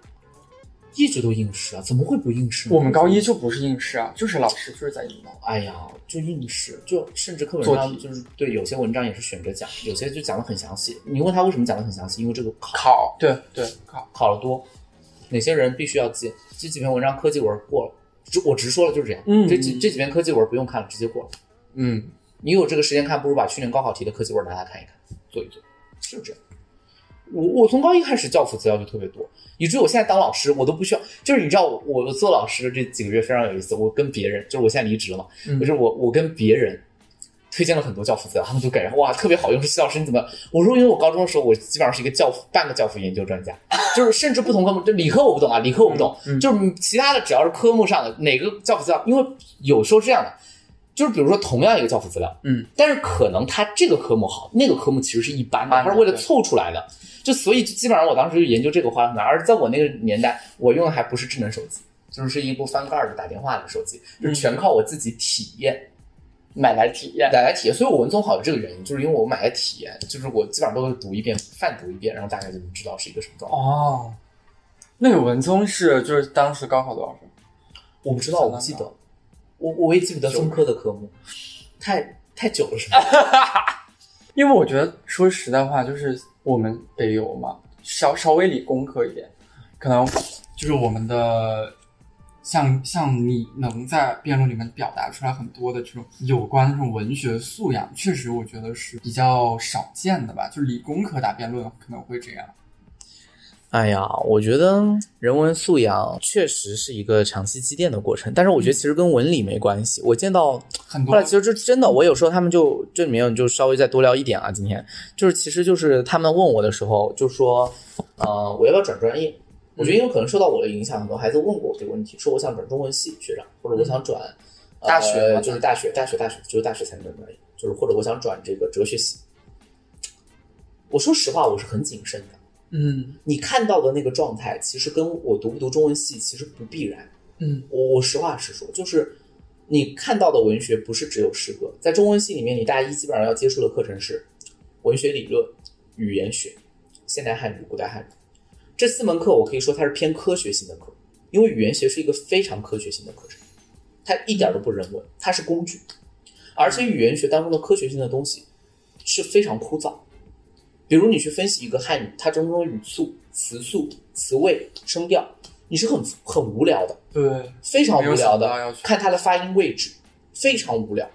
S1: 一直都应试啊，怎么会不应试呢？
S2: 我们高一就不是应试啊，就是老师就是在引导。
S1: 哎呀，就应试，就甚至课本
S2: 做
S1: 上
S2: 题
S1: 就是对有些文章也是选择讲，有些就讲的很详细。你问他为什么讲的很详细，因为这个考
S2: 考，对对考，
S1: 考了多，哪些人必须要记，这几篇文章科技文过了，直我直说了就是这样。
S2: 嗯
S1: 这几这几篇科技文不用看了，直接过了。
S2: 嗯，
S1: 你有这个时间看，不如把去年高考题的科技文拿来看一看，做一做，就是这样。我我从高一开始教辅资料就特别多，以至于我现在当老师，我都不需要。就是你知道我，我做老师的这几个月非常有意思。我跟别人，就是我现在离职了嘛，
S2: 嗯
S1: 我就是我我跟别人推荐了很多教辅资料，他们就感觉哇特别好用。说徐老师你怎么？我说因为我高中的时候我基本上是一个教辅半个教辅研究专家， 就是甚至不同科目，这理科我不懂啊，理科我不懂，
S2: 嗯嗯
S1: 就是其他的只要是科目上的哪个教辅资料，因为有时候这样的，就是比如说同样一个教辅资料，
S2: 嗯，
S1: 但是可能它这个科目好，那个科目其实是一般的，
S2: 般的
S1: 它是为了
S2: 对
S1: 凑出来的。就所以就基本上我当时就研究这个花样，而在我那个年代，我用的还不是智能手机，就是是一部翻盖儿的打电话的手机，就全靠我自己体验、
S2: 买来体验。
S1: 买来体验。所以我文综好有这个原因，就是因为我买来体验，就是我基本上都会读一遍、泛读一遍，然后大概就能知道是一个什么状况。
S2: 哦，那有文综是就是当时高考多少分？
S1: 我不知道，我不记得，我我也记不得分科的科目，太太久了是吧？
S2: 因为我觉得说实在话，就是我们北邮嘛，稍稍微理工科一点，可能就是我们的。像像你能在辩论里面表达出来很多的这种有关这种文学素养，确实我觉得是比较少见的吧。就理工科打辩论可能会这样。
S1: 哎呀，我觉得人文素养确实是一个长期积淀的过程，但是我觉得其实跟文理没关系。我见到
S2: 很多
S1: 后来其实这真的，我有时候他们就这里面就稍微再多聊一点啊，今天就是其实就是他们问我的时候就说，呃，我要不要转专业？我
S2: 嗯
S1: 觉得因为可能受到我的影响，很多孩子问过我这个问题，说我想转中文系学长，或者我想转、呃
S2: 嗯大学嘛
S1: 就是大学，大学，大学，只有大学才能转专业，就是或者我想转这个哲学系。我说实话，我是很谨慎的。
S2: 嗯
S1: 你看到的那个状态，其实跟我读不读中文系其实不必然。
S2: 嗯，
S1: 我我实话实说，就是你看到的文学不是只有诗歌，在中文系里面，你大一基本上要接触的课程是文学理论、语言学、现代汉语、古代汉语这四门课，我可以说它是偏科学性的课，因为语言学是一个非常科学性的课程，它一点都不人文，它是工具，而且语言学当中的科学性的东西是非常枯燥。比如你去分析一个汉语，它当中的语速、词速、词位、声调，你是很很无聊的。
S2: 对，
S1: 非常无聊
S2: 没有想到要
S1: 的
S2: 去，
S1: 看它的发音位置，非常无聊。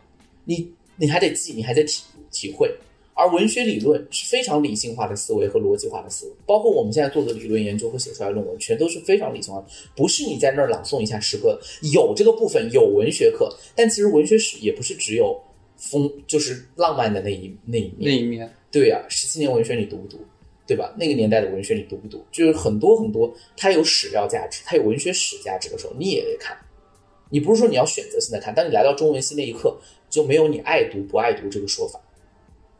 S1: 你你还得记，你还得体体会。而文学理论是非常理性化的思维和逻辑化的思维，包括我们现在做的理论研究和写出来的论文，全都是非常理性化的，不是你在那儿朗诵一下诗歌。有这个部分有文学课，但其实文学史也不是只有风，就是浪漫的那一那一面
S2: 那。一面
S1: 对呀、十七年文学你读不读？对吧？那个年代的文学你读不读？就是很多很多，它有史料价值，它有文学史价值的时候，你也得看。你不是说你要选择性的看，当你来到中文系那一刻，就没有你爱读不爱读这个说法。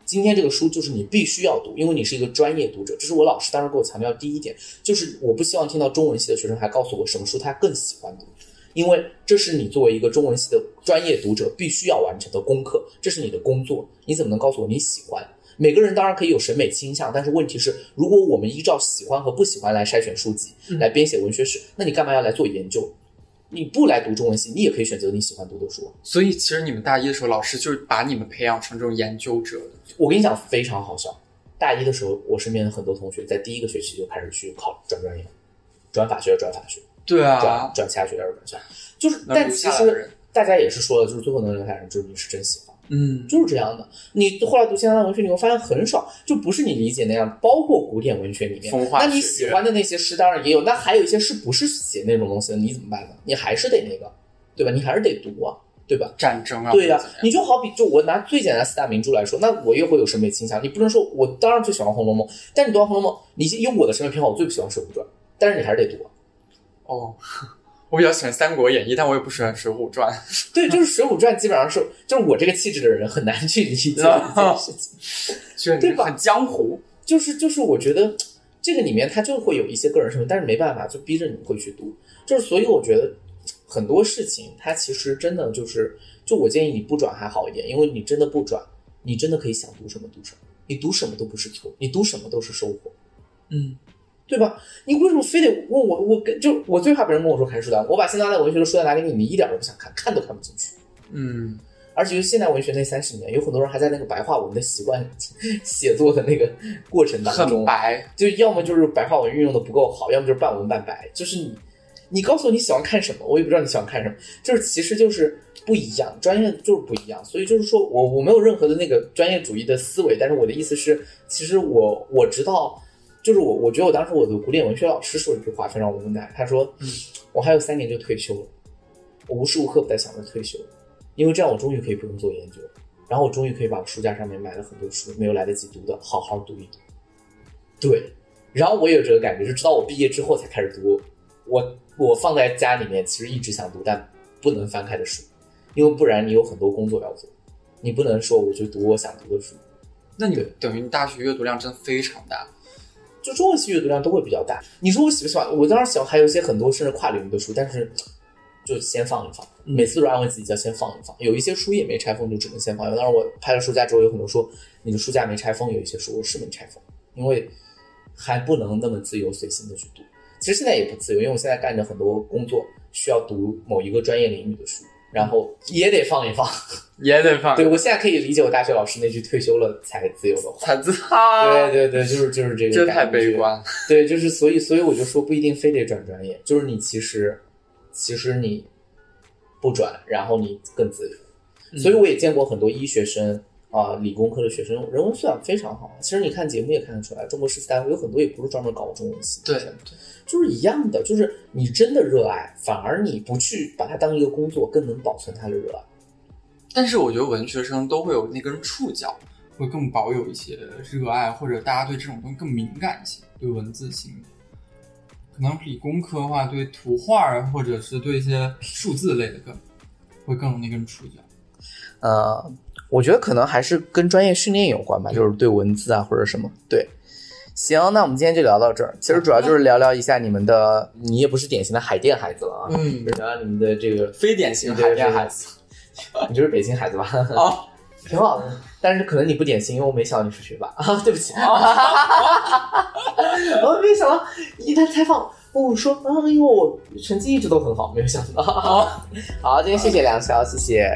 S1: 今天这个书就是你必须要读，因为你是一个专业读者。这是我老师当时给我强调的第一点，就是我不希望听到中文系的学生还告诉我什么书他更喜欢读，因为这是你作为一个中文系的专业读者必须要完成的功课，这是你的工作。你怎么能告诉我你喜欢？每个人当然可以有审美倾向，但是问题是，如果我们依照喜欢和不喜欢来筛选书籍，
S2: 嗯
S1: 来编写文学史，那你干嘛要来做研究？你不来读中文系，你也可以选择你喜欢读的书。
S2: 所以其实你们大一的时候，老师就是把你们培养成这种研究者的。
S1: 我跟你讲，非常好笑。大一的时候，我身边的很多同学在第一个学期就开始去考转专业，转法学、转法学、
S2: 对
S1: 转
S2: 啊，
S1: 转其他学院、转其他，就是。
S2: 能
S1: 但
S2: 留
S1: 其
S2: 下来的
S1: 实
S2: 人，
S1: 大家也是说的，就是最后能留下人，就是你是真喜欢。
S2: 嗯，
S1: 就是这样的。你后来读现代文学，你会发现很少，就不是你理解那样。包括古典文学里面，
S2: 风化
S1: 那你
S2: 学
S1: 喜欢的那些诗当然也有，那还有一些诗不是写那种东西的，你怎么办呢？你还是得那个，对吧？你还是得读啊，对吧？
S2: 战争啊，
S1: 对呀、
S2: 或者怎么样
S1: 你就好比就我拿最简单四大名著来说，那我又会有审美倾向。你不能说我当然最喜欢《红楼梦》，但你读完《红楼梦》，你以我的审美偏好，我最不喜欢《水浒传》，但是你还是得读啊。
S2: 哦， 我比较喜欢《三国演义》，但我也不喜欢《水浒传》。
S1: 对，就是《水浒传》基本上是就是我这个气质的人很难去理解这件 事情。
S2: 就是
S1: 对吧
S2: 很江湖。
S1: 就是就是，我觉得这个里面它就会有一些个人身份，但是没办法，就逼着你会去读。就是所以我觉得很多事情，它其实真的就是，就我建议你不转还好一点，因为你真的不转，你真的可以想读什么读什么，你读什么都不是错，你读什么都是收获。
S2: 嗯，
S1: 对吧？你为什么非得问我？我跟就我最怕别人跟我说看书单，我把现当代文学的书单拿给你，你一点都不想看，看都看不进去。
S2: 嗯，
S1: 而且就现代文学那三十年，有很多人还在那个白话文的习惯 写作的那个过程当
S2: 很
S1: 中，
S2: 白。
S1: 就要么就是白话文运用的不够好，要么就是半文半白。就是你，你告诉我你喜欢看什么，我也不知道你喜欢看什么。就是其实就是不一样，专业就是不一样。所以就是说我我没有任何的那个专业主义的思维，但是我的意思是，其实我我知道，就是我我觉得我当时我的古典文学老师说了一句话非常无奈，他说，
S2: 嗯
S1: 我还有三年就退休了，我无时无刻不在想着退休，因为这样我终于可以不用做研究。然后我终于可以把我书架上面买了很多书没有来得及读的好好读一读，对，然后我也有这个感觉，就直到我毕业之后才开始读。我我放在家里面，其实一直想读但不能翻开的书，因为不然你有很多工作要做，你不能说我就读我想读的书。
S2: 那你等于你大学阅读量真的非常大。
S1: 就中文系阅读量都会比较大。你说我喜不喜欢？我当然喜欢，还有一些很多甚至跨领域的书，但是就先放一放。
S2: 嗯
S1: 每次都安慰自己叫先放一放。有一些书也没拆封，就只能先放一放。当然，我拍了书架之后，有很多说你的书架没拆封，有一些书我是没拆封，因为还不能那么自由随心的去读。其实现在也不自由，因为我现在干着很多工作，需要读某一个专业领域的书，然后也得放一放。
S2: 也得放
S1: 对我现在可以理解我大学老师那句“退休了才自由”的话。
S2: 惨字 啊！
S1: 对对对，就是就是 这个，
S2: 这太悲观。了。
S1: 对，就是所以，所以我就说不一定非得转专业，就是你其实，其实你不转，然后你更自由。所以我也见过很多医学生啊、理工科的学生，人文素养非常好。其实你看节目也看得出来，中国十四大夫有很多也不是专门搞中文系的，
S2: 对，对
S1: 就是一样的，就是你真的热爱，反而你不去把它当一个工作，更能保存它的热爱。
S2: 但是我觉得文学生都会有那根触角，会更保有一些热爱，或者大家对这种东西更敏感性，对文字性。可能理工科的话，对图画儿或者是对一些数字类的更会更有那根触角。
S1: 呃，我觉得可能还是跟专业训练有关吧，
S2: 嗯
S1: 就是对文字啊或者什么。对，行，那我们今天就聊到这儿。其实主要就是聊聊一下你们的，你也不是典型的海淀孩子了啊，
S2: 嗯，
S1: 聊聊你们的这个，
S2: 非典型海淀孩子
S1: 你就是北京孩子吧，
S2: 啊，
S1: 挺好的。但是可能你不典型，因为我没想到你是学霸啊， 对不起，
S2: 哦
S1: 我没想到一旦采访。问我说，啊，
S2: 哦
S1: 因为我成绩一直都很好，没有想到。好，今天谢谢梁潇，谢谢。